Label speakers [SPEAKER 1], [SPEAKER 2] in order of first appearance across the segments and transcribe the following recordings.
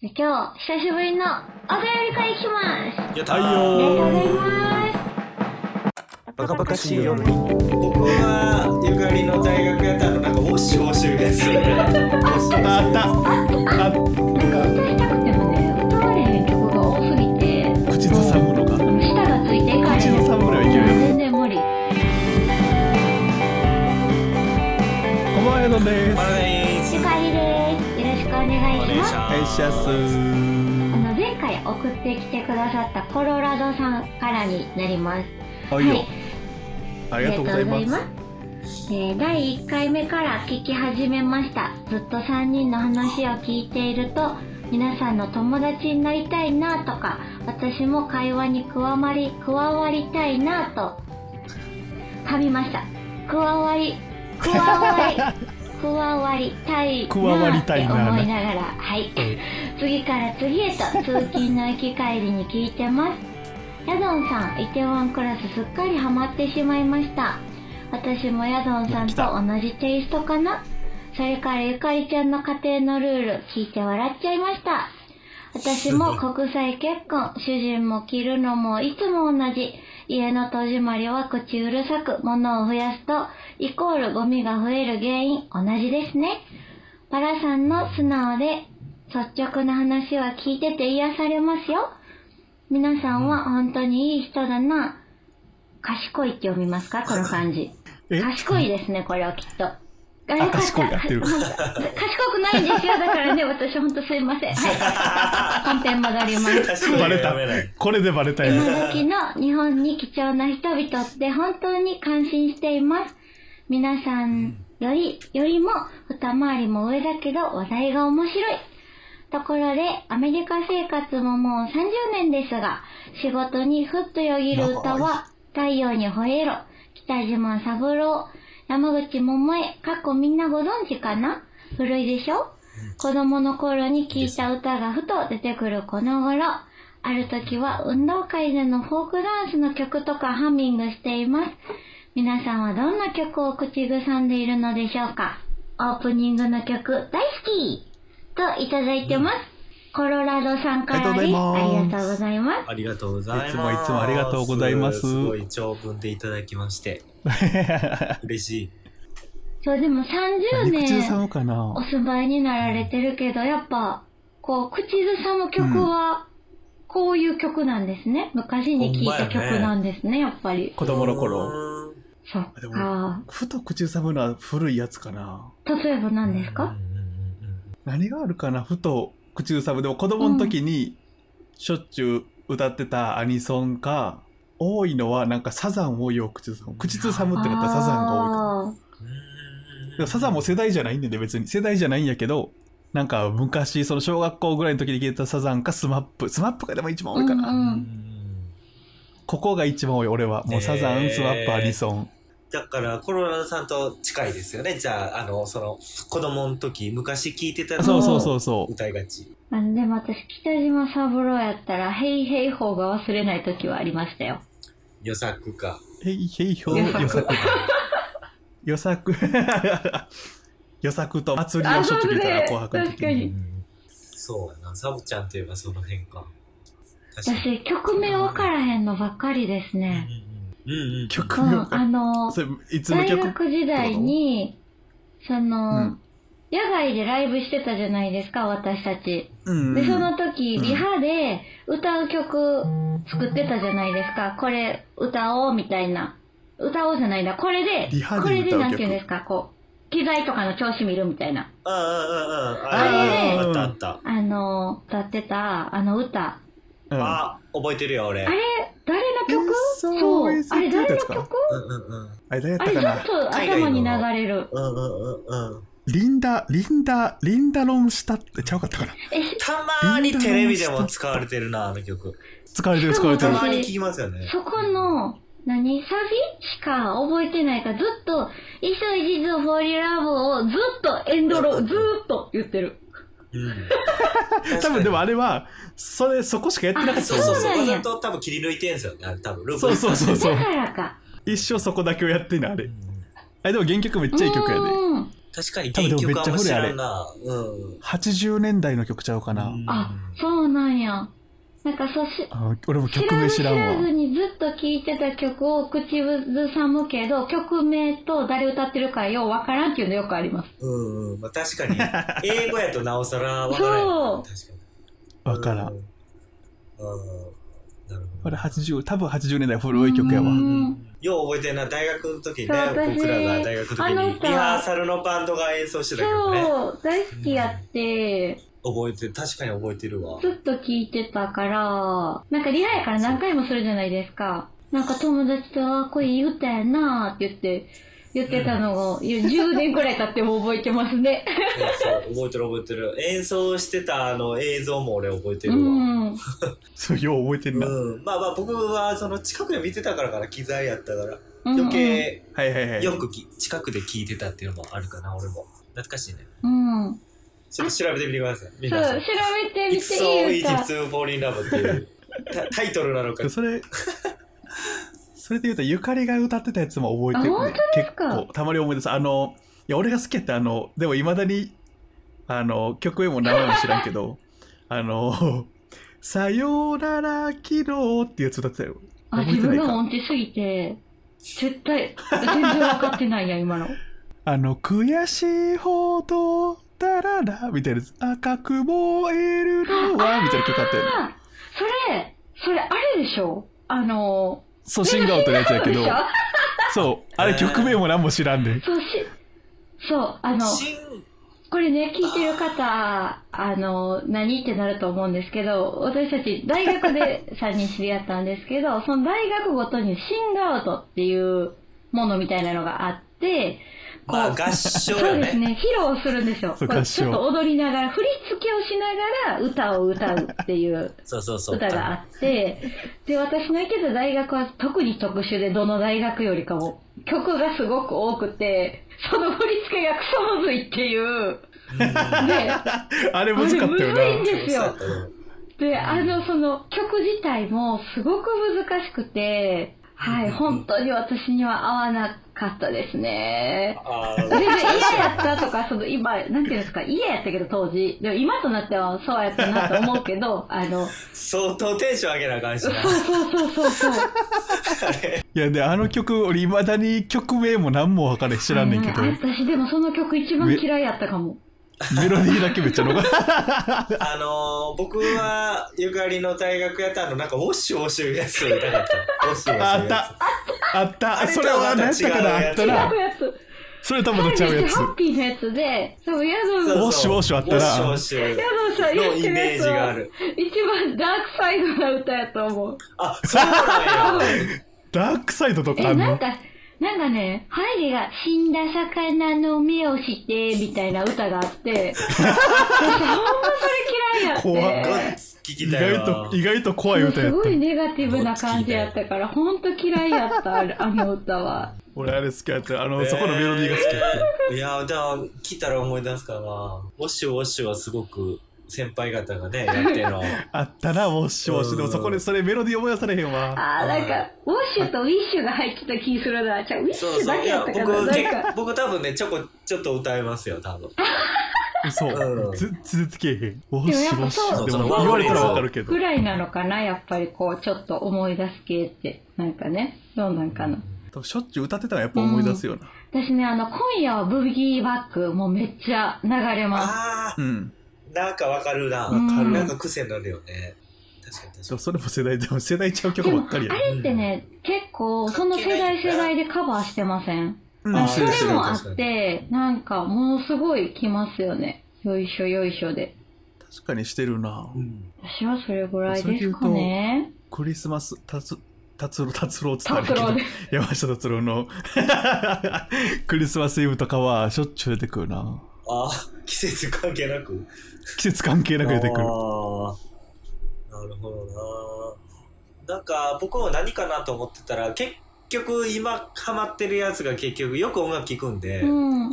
[SPEAKER 1] 今日、久しぶりのお便り会行きます。
[SPEAKER 2] や
[SPEAKER 3] はい
[SPEAKER 1] ありがとうござい
[SPEAKER 3] よ
[SPEAKER 1] ます。
[SPEAKER 3] バカバカしいよ
[SPEAKER 2] 僕はゆかりの大学やったらなんかウォッシュウォッシュですよね。ウォッシュ
[SPEAKER 3] あったあ
[SPEAKER 1] なんか歌いたくてもね、歌われへん曲が多すぎて、
[SPEAKER 3] 口ずさむのが
[SPEAKER 1] 舌がついていかれ
[SPEAKER 3] 口
[SPEAKER 1] へん
[SPEAKER 3] ずさむぐらいはいけるよ
[SPEAKER 1] 全然無理。
[SPEAKER 3] こんばんはやのです
[SPEAKER 2] パラダイス
[SPEAKER 1] ゆかりです。よろしくお
[SPEAKER 2] お
[SPEAKER 1] 願いし
[SPEAKER 2] 願い
[SPEAKER 1] ます
[SPEAKER 2] し。
[SPEAKER 3] お願い
[SPEAKER 2] ます。
[SPEAKER 3] しま
[SPEAKER 1] あの前回送ってきてくださったコロラドさんからになります。
[SPEAKER 3] すはいよありがとうございます
[SPEAKER 1] す。えー第1回目から聞き始めました。ずっと3人の話を聞いていると、皆さんの友達になりたいなとか、私も会話に加わり、加わりたいなと、噛みました。加わり、加 わり、加わりたい
[SPEAKER 3] 加わりたいな
[SPEAKER 1] なって思いながら、はい。次から次へと通勤の行き帰りに聞いてますヤドンさんイテウォンクラスすっかりハマってしまいました私もヤドンさんと同じテイストかなそれからゆかりちゃんの家庭のルール聞いて笑っちゃいました私も国際結婚主人も着るのもいつも同じ家の戸締まりは口うるさく物を増やすとイコールゴミが増える原因同じですねパラさんの素直で率直な話は聞いてて癒されますよ。皆さんは本当にいい人だな。賢いって読みますかこの漢字。
[SPEAKER 3] え
[SPEAKER 1] 賢いですね、これはきっと。あよかった
[SPEAKER 3] 賢い合ってる
[SPEAKER 1] はい賢くないんですよ。だからね、私本当すいません。 はい。本編戻ります。
[SPEAKER 3] バレた
[SPEAKER 2] やめない
[SPEAKER 3] これでバレたよ
[SPEAKER 1] 今時の日本に貴重な人々って本当に感心しています。皆さんより、よりも二回りも上だけど話題が面白い。ところで、アメリカ生活ももう30年ですが、仕事にふっとよぎる歌は、太陽に吠えろ、北島三郎、山口百恵、過去みんなご存知かな古いでしょ子供の頃に聴いた歌がふと出てくるこの頃、ある時は運動会でのフォークダンスの曲とかハミングしています。皆さんはどんな曲を口ぐさんでいるのでしょうかオープニングの曲大好きといただいてます。コロラドさんからです。あ
[SPEAKER 3] あり
[SPEAKER 1] り
[SPEAKER 3] が
[SPEAKER 1] がと
[SPEAKER 3] とう
[SPEAKER 1] う
[SPEAKER 3] ご
[SPEAKER 1] ございます。
[SPEAKER 2] ありがとうございます。
[SPEAKER 3] いつもいつもありがとうございます
[SPEAKER 2] すごい長文でいただきまして嬉しい。
[SPEAKER 1] そう、でも30
[SPEAKER 3] 口ずさ
[SPEAKER 1] 年
[SPEAKER 3] むかな
[SPEAKER 1] お住まいになられてるけど、やっぱ、こう、口ずさむ曲は、こういう曲なんですね。昔に聴いた曲なんですね、やっぱり。
[SPEAKER 3] 子供の頃
[SPEAKER 2] うん。
[SPEAKER 1] そっ
[SPEAKER 3] で
[SPEAKER 1] か
[SPEAKER 3] も。ふと口ずさむのは古いやつかな
[SPEAKER 1] 例えば何です
[SPEAKER 2] うんう
[SPEAKER 1] か
[SPEAKER 2] んうん
[SPEAKER 3] 何があるかなふと口ずさむでも子供の時にしょっちゅう歌ってたアニソンか多いのはなんかサザンをよく口ずさむ口ずさむってなったらサザンが多いかも
[SPEAKER 1] あ
[SPEAKER 2] うん
[SPEAKER 3] でもサザンも世代じゃないんでね別に世代じゃないんやけどなんか昔その小学校ぐらいの時に聞いたサザンかスマップスマップがでも一番多いかな、
[SPEAKER 1] うんうん
[SPEAKER 3] ここが一番多い俺はもうサザン、
[SPEAKER 2] へー
[SPEAKER 3] スマップアニソン
[SPEAKER 2] だから、コロナさんと近いですよね。じゃあ、あの、その、子供の時、昔聞いてたのを
[SPEAKER 3] そうそうそうそう
[SPEAKER 2] 歌いがち。
[SPEAKER 1] ーあのでも私、北島三郎やったら、ヘイヘイ法が忘れない時はありましたよ。
[SPEAKER 2] 予作か。
[SPEAKER 3] へいへいひょう
[SPEAKER 1] 予策
[SPEAKER 3] 予 策予策 予策と祭りをしょっちゅう聞いたら
[SPEAKER 1] あ
[SPEAKER 3] 紅白の時
[SPEAKER 1] そうね確かに
[SPEAKER 2] そうやな。サブちゃんといえばその辺か。確かに。
[SPEAKER 1] 私、曲名わからへんのばっかりですね。
[SPEAKER 2] うんうんうん。
[SPEAKER 3] 曲
[SPEAKER 1] う
[SPEAKER 3] 名
[SPEAKER 1] ん、あの、
[SPEAKER 3] それいつの
[SPEAKER 1] 大
[SPEAKER 3] 曲
[SPEAKER 1] 学時代に、その、
[SPEAKER 3] うん
[SPEAKER 1] 野外でライブしてたじゃないですか、私たち。
[SPEAKER 3] うん
[SPEAKER 1] で、その時、
[SPEAKER 3] うん
[SPEAKER 1] リハで歌う曲作ってたじゃないですか。これ歌おうみたいな。歌おうじゃないな。これで、
[SPEAKER 3] リハで
[SPEAKER 1] これ
[SPEAKER 3] 歌
[SPEAKER 1] で
[SPEAKER 3] う曲
[SPEAKER 1] なんていうんですか、こう、機材とかの調子見るみたいな。
[SPEAKER 2] ああ、ああ、ああ、
[SPEAKER 1] あ
[SPEAKER 2] あ
[SPEAKER 3] れ
[SPEAKER 2] ったあった。
[SPEAKER 1] あの、歌ってた、あの歌。
[SPEAKER 3] うん
[SPEAKER 2] あ、覚えてるよ、俺。
[SPEAKER 1] あれ、誰の曲そう。
[SPEAKER 3] SOS
[SPEAKER 1] あれ、
[SPEAKER 3] って
[SPEAKER 1] 誰
[SPEAKER 3] や
[SPEAKER 1] の
[SPEAKER 3] つか
[SPEAKER 1] 曲
[SPEAKER 2] うんうんうん。
[SPEAKER 3] あれ誰や
[SPEAKER 1] あ
[SPEAKER 3] っ
[SPEAKER 1] れ、
[SPEAKER 3] た
[SPEAKER 1] ち
[SPEAKER 3] か
[SPEAKER 1] ょっ
[SPEAKER 3] な
[SPEAKER 1] と頭に流れる。
[SPEAKER 2] うんうんうんうん。
[SPEAKER 3] リンダリンダリンダロンしたってちゃうかったかな
[SPEAKER 1] え、
[SPEAKER 2] たまにテレビでも使われてるな、あの曲。
[SPEAKER 3] 疲れてる疲れて
[SPEAKER 2] た
[SPEAKER 3] る
[SPEAKER 2] まに聞きますよね。
[SPEAKER 1] そこの、何サビしか覚えてないから、ずっと、急いじずフォーリーラブをずっとエンドロ ー、ずーっと言ってる。
[SPEAKER 2] うん。
[SPEAKER 3] 多分でもあれはそれそこしかやってなかっ
[SPEAKER 2] そ
[SPEAKER 3] たと
[SPEAKER 2] う
[SPEAKER 3] 思
[SPEAKER 2] そううそ
[SPEAKER 1] そう
[SPEAKER 2] う。
[SPEAKER 1] なん
[SPEAKER 2] わ
[SPEAKER 1] や
[SPEAKER 2] ざと多分切り抜いてんすよね。あれ多分。ループ
[SPEAKER 3] そうそうそうそう
[SPEAKER 1] だからか。
[SPEAKER 3] 一生そこだけをやってんのあれ
[SPEAKER 2] うん
[SPEAKER 3] あれでも原曲めっちゃいい曲やで
[SPEAKER 1] うん。
[SPEAKER 2] 確かに
[SPEAKER 3] 多分
[SPEAKER 2] 原
[SPEAKER 3] でも
[SPEAKER 2] 曲あんま
[SPEAKER 3] めっち
[SPEAKER 2] 知
[SPEAKER 3] ゃ古い
[SPEAKER 2] らんな。うん。
[SPEAKER 3] 80年代の曲ちゃうかな、
[SPEAKER 1] あ、そうなんや。なんかそうし、
[SPEAKER 3] あ俺も
[SPEAKER 1] 知
[SPEAKER 3] 曲
[SPEAKER 1] ら
[SPEAKER 3] 名
[SPEAKER 1] ず
[SPEAKER 3] 知
[SPEAKER 1] 知
[SPEAKER 3] らん
[SPEAKER 1] らず
[SPEAKER 3] わ
[SPEAKER 1] にずっと聴いてた曲を口ずさむけど、曲名と誰歌ってるかようわからんっていうのよくあります。
[SPEAKER 2] うんうん。まあ確 かに、英語やとなおさらわからんよな。確かに。
[SPEAKER 3] わから
[SPEAKER 2] う
[SPEAKER 3] ん
[SPEAKER 2] うん。なる
[SPEAKER 3] こ
[SPEAKER 2] ほど。
[SPEAKER 3] れ80多分80年代古い曲やわ
[SPEAKER 1] うん
[SPEAKER 2] よう覚えてるな、大学の時ね、
[SPEAKER 1] そう私
[SPEAKER 2] 僕らが大学の時
[SPEAKER 1] あの
[SPEAKER 2] に
[SPEAKER 1] 歌
[SPEAKER 2] リハーサルのバンドが演奏してたけどね。
[SPEAKER 1] そう、大好きやって、
[SPEAKER 2] 覚えてる、確かに覚えてるわ。
[SPEAKER 1] ずっと聴いてたから、なんかリハやから何回もするじゃないですか。なんか友達と、あこれいい歌やなーって言って、言ってたのを、いや10年くらい経っても覚えてますね。
[SPEAKER 2] そう覚えてる覚えてる。演奏してたあの映像も俺覚えて
[SPEAKER 1] う
[SPEAKER 2] るわ。
[SPEAKER 1] ん。
[SPEAKER 3] そうよう覚えてんな、
[SPEAKER 2] うん、まあまあ僕はその近くで見てたからかな機材やったから
[SPEAKER 1] うん
[SPEAKER 2] 余計
[SPEAKER 3] はいはいはい
[SPEAKER 2] よくき近くで聞いてたっていうのもあるかな俺も懐かしいね
[SPEAKER 1] うん。
[SPEAKER 2] ちょっと調べてみてください
[SPEAKER 1] そ
[SPEAKER 2] 皆
[SPEAKER 1] う、
[SPEAKER 2] さ
[SPEAKER 1] 調
[SPEAKER 2] ん
[SPEAKER 1] べて
[SPEAKER 2] 「
[SPEAKER 1] み
[SPEAKER 2] It's
[SPEAKER 1] て
[SPEAKER 2] so
[SPEAKER 1] いい
[SPEAKER 2] easy
[SPEAKER 1] 歌。
[SPEAKER 2] to fall in love」っていうタタイトルなのか
[SPEAKER 3] それそれで言うとゆかりが歌ってたやつも覚えてる、
[SPEAKER 1] あ本
[SPEAKER 3] ね、
[SPEAKER 1] 当です
[SPEAKER 3] 結
[SPEAKER 1] か
[SPEAKER 3] 構たまに思い出すあのいや俺が好きやったあのでもいまだにあの曲名も名前も知らんけど あの「さようなら昨日」ってやつ歌ってたよ
[SPEAKER 1] あ、
[SPEAKER 3] 覚え
[SPEAKER 1] 自
[SPEAKER 3] て
[SPEAKER 1] 分
[SPEAKER 3] ない
[SPEAKER 1] が
[SPEAKER 3] か
[SPEAKER 1] 音程すぎて、絶対、全然分かってないや、今の。
[SPEAKER 3] あの「悔しいほどだらら」みたいなやつ「赤く燃える のは」みたいな曲あったよね
[SPEAKER 1] あそれ、それ、あれでしょあの、
[SPEAKER 3] そうシンガー歌のやつやけ
[SPEAKER 1] でし
[SPEAKER 3] ど
[SPEAKER 1] ょ
[SPEAKER 3] そうあれ曲名も何も知らんで、
[SPEAKER 1] そうし、そう、あの、
[SPEAKER 2] シン
[SPEAKER 1] これね、聞いてる方、あの、何ってなると思うんですけど、私たち大学で3人知り合ったんですけど、その大学ごとにシンガーウトっていうものみたいなのがあって、こう
[SPEAKER 2] まあ合唱
[SPEAKER 1] そ
[SPEAKER 2] や
[SPEAKER 1] うです
[SPEAKER 2] ね
[SPEAKER 1] ね、披露するんですよ。
[SPEAKER 3] そう
[SPEAKER 1] こう
[SPEAKER 3] 合
[SPEAKER 1] ち
[SPEAKER 3] 唱
[SPEAKER 1] ょっと踊りながら、振り付けをしながら歌を歌うっていう
[SPEAKER 2] そうそうそう
[SPEAKER 1] 歌があって、で、私の行ってた大学は特に特殊で、どの大学よりかも、曲がすごく多くて、その振り付けがクソむずいっていう。で、
[SPEAKER 3] あれ難かったよ
[SPEAKER 1] あれむずいん
[SPEAKER 3] な
[SPEAKER 1] で
[SPEAKER 2] うん
[SPEAKER 1] すよ。
[SPEAKER 2] そうやったね
[SPEAKER 1] で、あの、その曲自体もすごく難しくて、はい、本当に私には合わなかったですね。
[SPEAKER 2] あ
[SPEAKER 1] 全
[SPEAKER 2] ー
[SPEAKER 1] 然嫌やったとか、その今、なんていうんですか、嫌やったけど当時。でも今となってはそうやったなと思うけ ど、あの、
[SPEAKER 2] 相当テンション上げなあかんしな
[SPEAKER 1] そうそうそうそうそう。
[SPEAKER 3] いやであの曲俺いまだに曲名も何も分かれ知らんねんけど
[SPEAKER 1] あのね私でもその曲一番嫌いやったかも。
[SPEAKER 3] メロディーだけめっ ちゃ残っ
[SPEAKER 2] あのー、僕はゆかりの大学やったあのなんかウォッシュウォッシュいうやつを歌かったウォッシュウォッシ
[SPEAKER 3] あ
[SPEAKER 2] ュいう
[SPEAKER 3] っ
[SPEAKER 2] や
[SPEAKER 3] たあった
[SPEAKER 2] あれと
[SPEAKER 3] それは
[SPEAKER 2] また
[SPEAKER 3] 何やったかな
[SPEAKER 2] 違う
[SPEAKER 3] あ
[SPEAKER 2] や
[SPEAKER 3] っ
[SPEAKER 2] つ
[SPEAKER 3] た
[SPEAKER 1] 違う
[SPEAKER 3] な
[SPEAKER 1] やつ。
[SPEAKER 3] それとまたちゃうやつ
[SPEAKER 1] ハッピーのやつで、そう、ヤ
[SPEAKER 2] つ
[SPEAKER 1] ド
[SPEAKER 2] そう
[SPEAKER 1] ン、
[SPEAKER 2] そう
[SPEAKER 3] ウォッシュウォッシュあったな
[SPEAKER 2] ウォッシュウォッシ
[SPEAKER 1] ヤ
[SPEAKER 2] ュ
[SPEAKER 1] ドンさん言って
[SPEAKER 2] のイ
[SPEAKER 1] る
[SPEAKER 2] メー
[SPEAKER 1] や
[SPEAKER 2] ジ
[SPEAKER 1] つ
[SPEAKER 2] があ
[SPEAKER 1] は
[SPEAKER 2] る
[SPEAKER 1] 一番ダークサイドな歌やと思う。
[SPEAKER 2] あそうなん や
[SPEAKER 3] ダークサイドとかあ
[SPEAKER 1] え、
[SPEAKER 3] ん
[SPEAKER 1] な
[SPEAKER 3] の
[SPEAKER 1] んか、なんかね、ハイジが死んだ魚の目をして、みたいな歌があ って、私ほんまそれ嫌いやって。
[SPEAKER 3] 怖っ
[SPEAKER 2] 聞
[SPEAKER 3] 意
[SPEAKER 2] きたい
[SPEAKER 3] 外
[SPEAKER 2] わ
[SPEAKER 3] と意外と怖い歌や
[SPEAKER 1] す
[SPEAKER 3] っ
[SPEAKER 1] ご
[SPEAKER 3] た
[SPEAKER 1] いネガティブな感じやったから、ほんと嫌いやった、 あれあの歌は。
[SPEAKER 3] 俺あれ好きやったあのそこのメロディーが好きやった
[SPEAKER 2] いやじゃあ聞いたら思い出すかなウォッシュウォッシュはすごく先輩方が ねやってるの
[SPEAKER 3] あったなもしもしでもそこでそれメロディー思い出されへんわ
[SPEAKER 1] あー、なんか、ウォッシュとウィッシュが入ってた気するな。じゃあウィッシ
[SPEAKER 2] そう
[SPEAKER 1] ュ
[SPEAKER 2] そ
[SPEAKER 1] だ
[SPEAKER 2] うい
[SPEAKER 1] けや
[SPEAKER 2] や
[SPEAKER 1] った
[SPEAKER 2] 僕
[SPEAKER 1] かな。なん
[SPEAKER 2] 結
[SPEAKER 1] か、
[SPEAKER 2] 僕多分ねちょこちょっと歌えますよ多分
[SPEAKER 3] そう
[SPEAKER 2] うん
[SPEAKER 3] ずずつけえへんもし
[SPEAKER 1] でもや
[SPEAKER 3] も
[SPEAKER 1] っぱ
[SPEAKER 3] し
[SPEAKER 1] そう
[SPEAKER 3] でも言われたらわかるけど
[SPEAKER 1] ぐらいなのかな、やっぱりこう、ちょっと思い出す系って。なんかね、どうなんかな。
[SPEAKER 3] 多分しょっちゅう歌ってたらやっぱ思い出すよな
[SPEAKER 1] 私ね、あの、今夜はブギーバック、もうめっちゃ流れます。
[SPEAKER 2] あ
[SPEAKER 3] うん
[SPEAKER 2] ーなんかわかるな
[SPEAKER 1] うん
[SPEAKER 2] なんか癖になるよね確かに確
[SPEAKER 3] で
[SPEAKER 2] か
[SPEAKER 3] も
[SPEAKER 2] に
[SPEAKER 3] それも世代でも世代ちゃう曲ばっかりや
[SPEAKER 1] あれってね、結構、その世代世代でカバーしてません
[SPEAKER 3] う
[SPEAKER 1] あ
[SPEAKER 3] ん
[SPEAKER 1] そ
[SPEAKER 3] してるして
[SPEAKER 1] れ
[SPEAKER 3] る
[SPEAKER 1] もあって、なんか、ものすごい来ますよね。よいしょよいしょで。
[SPEAKER 3] 確かにしてるな
[SPEAKER 2] うん
[SPEAKER 1] 私はそれぐらいですかね。
[SPEAKER 3] クリスマス達達郎達郎っつったらあれ
[SPEAKER 1] 達
[SPEAKER 3] やけど
[SPEAKER 1] 郎で。
[SPEAKER 3] 山下達郎の クリスマスイブとかはしょっちゅう出てくるな
[SPEAKER 2] あー季節関係なく
[SPEAKER 3] 季節関係なく出てくる
[SPEAKER 2] あーなるほどな。なんか僕も何かなと思ってたら結局今ハマってるやつが結局よく音楽聴くんで、
[SPEAKER 1] うん。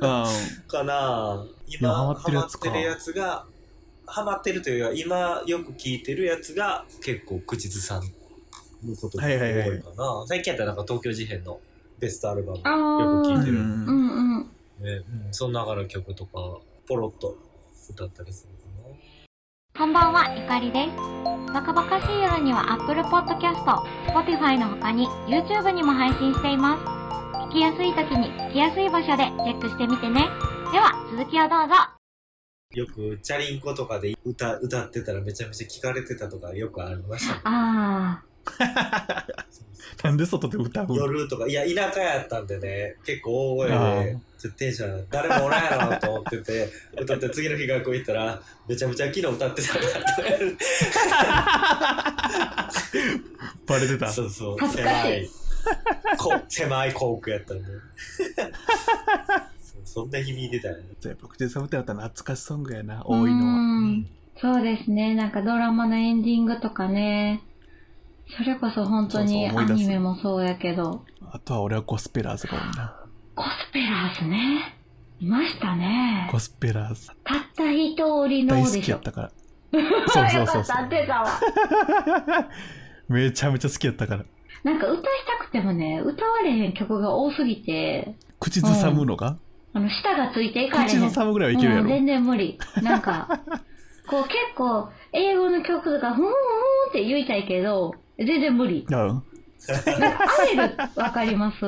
[SPEAKER 3] あ
[SPEAKER 2] かな今
[SPEAKER 3] や
[SPEAKER 2] ハ
[SPEAKER 3] ハ
[SPEAKER 2] マ
[SPEAKER 3] マ
[SPEAKER 2] っ
[SPEAKER 3] ってて
[SPEAKER 2] る
[SPEAKER 3] る
[SPEAKER 2] や
[SPEAKER 3] や
[SPEAKER 2] つ
[SPEAKER 3] つか
[SPEAKER 2] がハマってるというか今よく聴いてるやつが結構口ずさんのことが多いかな、
[SPEAKER 3] はいはいはい
[SPEAKER 2] 最近やったらなんか東京事変のベストアルバム
[SPEAKER 1] あー
[SPEAKER 2] よく聴いて
[SPEAKER 3] う
[SPEAKER 2] る、
[SPEAKER 1] うんんうん。
[SPEAKER 2] ね、うん、その中の曲とか、ポロッと歌ったりするかな。
[SPEAKER 1] こんばんは、ゆかりです。バカバカしい夜には Apple Podcast、Spotify の他に YouTube にも配信しています。聞きやすい時に聞きやすい場所でチェックしてみてね。では、続きをどうぞ。
[SPEAKER 2] よく、チャリンコとかで歌、歌ってたらめちゃめちゃ聞かれてたとかよくありましたね。
[SPEAKER 1] あ
[SPEAKER 3] なんで外で歌うん
[SPEAKER 2] 夜とか、いや、田舎やったんでね、結構大声で
[SPEAKER 3] あ、
[SPEAKER 2] ちょっとテンション上がって誰もおらんやろと思ってて、 歌って次の日学校行ったら、めちゃめちゃ昨日歌ってたからって。
[SPEAKER 3] バレてた。
[SPEAKER 2] そうそう、
[SPEAKER 1] 恥ずか
[SPEAKER 2] 狭
[SPEAKER 1] しい
[SPEAKER 2] い、こ狭い校区やったんで。 そうそんな響いてたよね。
[SPEAKER 3] やっぱ口ずさむってなったら懐かしソングやな、
[SPEAKER 1] あ。
[SPEAKER 3] 多いのは。
[SPEAKER 1] うんそうですね。なんかドラマのエンディングとかね。それこそ本当に
[SPEAKER 3] そうそう
[SPEAKER 1] ア
[SPEAKER 3] 思い出す
[SPEAKER 1] ニメもそうやけど。
[SPEAKER 3] あとは俺はコスペラーズが多いな。
[SPEAKER 1] コスペラーズね。いましたね
[SPEAKER 3] コ。スペラーズ
[SPEAKER 1] たった一人
[SPEAKER 3] 大
[SPEAKER 1] の
[SPEAKER 3] 好
[SPEAKER 1] で
[SPEAKER 3] き
[SPEAKER 1] し
[SPEAKER 3] や
[SPEAKER 1] ょ
[SPEAKER 3] っ。たから。 そうそうそう
[SPEAKER 1] よかっ
[SPEAKER 3] そう
[SPEAKER 1] た、合ってたわ。
[SPEAKER 3] めちゃめちゃ好きやったから。
[SPEAKER 1] なんか歌いたくてもね、歌われへん曲が多すぎて、
[SPEAKER 3] 口ずさむのが、
[SPEAKER 1] あの、舌がついていかれへ
[SPEAKER 3] 口
[SPEAKER 1] ん。
[SPEAKER 3] ずさむぐらいはいけるや
[SPEAKER 1] う
[SPEAKER 3] ろ。
[SPEAKER 1] ん全然無理。なんか、こう結構、英語の曲とか、ふーんふーんって言いたいけど、全然無理。
[SPEAKER 3] うん
[SPEAKER 1] なんか、アイル、わかります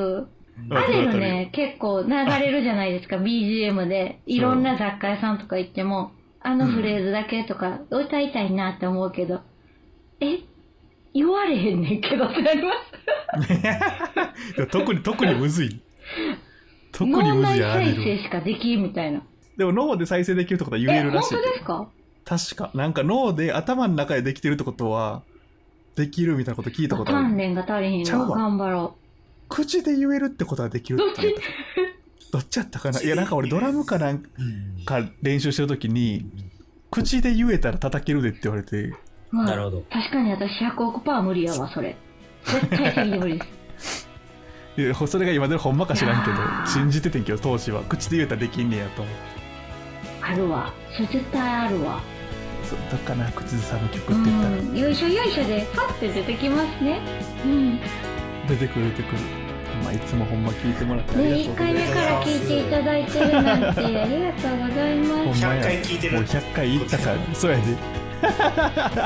[SPEAKER 1] ア
[SPEAKER 3] わかる
[SPEAKER 1] イルね、結構流れるじゃないですか、BGM で。いろんな雑貨屋さんとか行っても、あのフレーズだけとか、歌いたいなって思うけど、え言われへんねんけどってなります。
[SPEAKER 3] いや特に、特にむずい。特に
[SPEAKER 1] 脳
[SPEAKER 3] むず
[SPEAKER 1] 内
[SPEAKER 3] いや、あ
[SPEAKER 1] 再
[SPEAKER 3] れ
[SPEAKER 1] 生しかできんみたいな。
[SPEAKER 3] でも脳で再生できるってことは言えるらしい
[SPEAKER 1] え、本当ですか
[SPEAKER 3] 確か。なんか脳で頭の中でできてるってことは、できるみたいなこと聞いたことあ
[SPEAKER 1] 鍛
[SPEAKER 3] る。
[SPEAKER 1] 錬が足りへん
[SPEAKER 3] ちゃう
[SPEAKER 1] わ。
[SPEAKER 3] わ
[SPEAKER 1] 頑張ろ
[SPEAKER 3] 口で言えるってことはできるって言った どっちやったかないや、なんか俺ドラムかなんか練習してるときに、口で言えたら叩けるでって言われて、
[SPEAKER 1] う。まあ
[SPEAKER 2] なるほど。
[SPEAKER 1] 確かに私100億パー無理やわ、それ。絶対的に無理 です。
[SPEAKER 3] いやそれが今でもほんまか知ら んけ
[SPEAKER 1] いやー
[SPEAKER 3] ど、信じててんけど、当時は。口で言えたらできんねやと思って。
[SPEAKER 1] あるわ。それ絶対あるわ。
[SPEAKER 3] そうだから口ずさむ曲
[SPEAKER 1] う
[SPEAKER 3] って言ったら、
[SPEAKER 1] ん。よいしょよいしょで、パッて出てきますね。うん。
[SPEAKER 3] 出てくる出てくる。まあ、いつもほんま聞いてもらってありが
[SPEAKER 1] ね、
[SPEAKER 3] とう
[SPEAKER 1] 1回
[SPEAKER 3] ござい
[SPEAKER 1] 目
[SPEAKER 3] ま
[SPEAKER 1] から聞いていただいてるなんて、ありがとうござい ますす。
[SPEAKER 3] ほんま
[SPEAKER 2] 100
[SPEAKER 3] や。
[SPEAKER 2] 回聞いてる
[SPEAKER 3] もう100回いったから、そうやで。
[SPEAKER 2] すいませんね。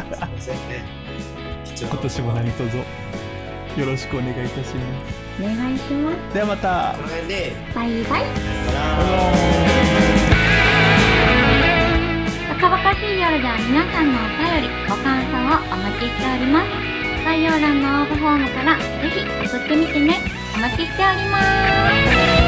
[SPEAKER 2] 貴重な
[SPEAKER 3] 今年も何卒よろしくお願いいたしま
[SPEAKER 1] お願いします
[SPEAKER 3] ではまた
[SPEAKER 2] この辺で、
[SPEAKER 1] す。バイバイ。
[SPEAKER 2] さよなら
[SPEAKER 1] バカバカしい夜では皆さんのお便り、ご感想をお待ちしております。概要欄の応募フォームからぜひ送ってみてね。お待ちしております。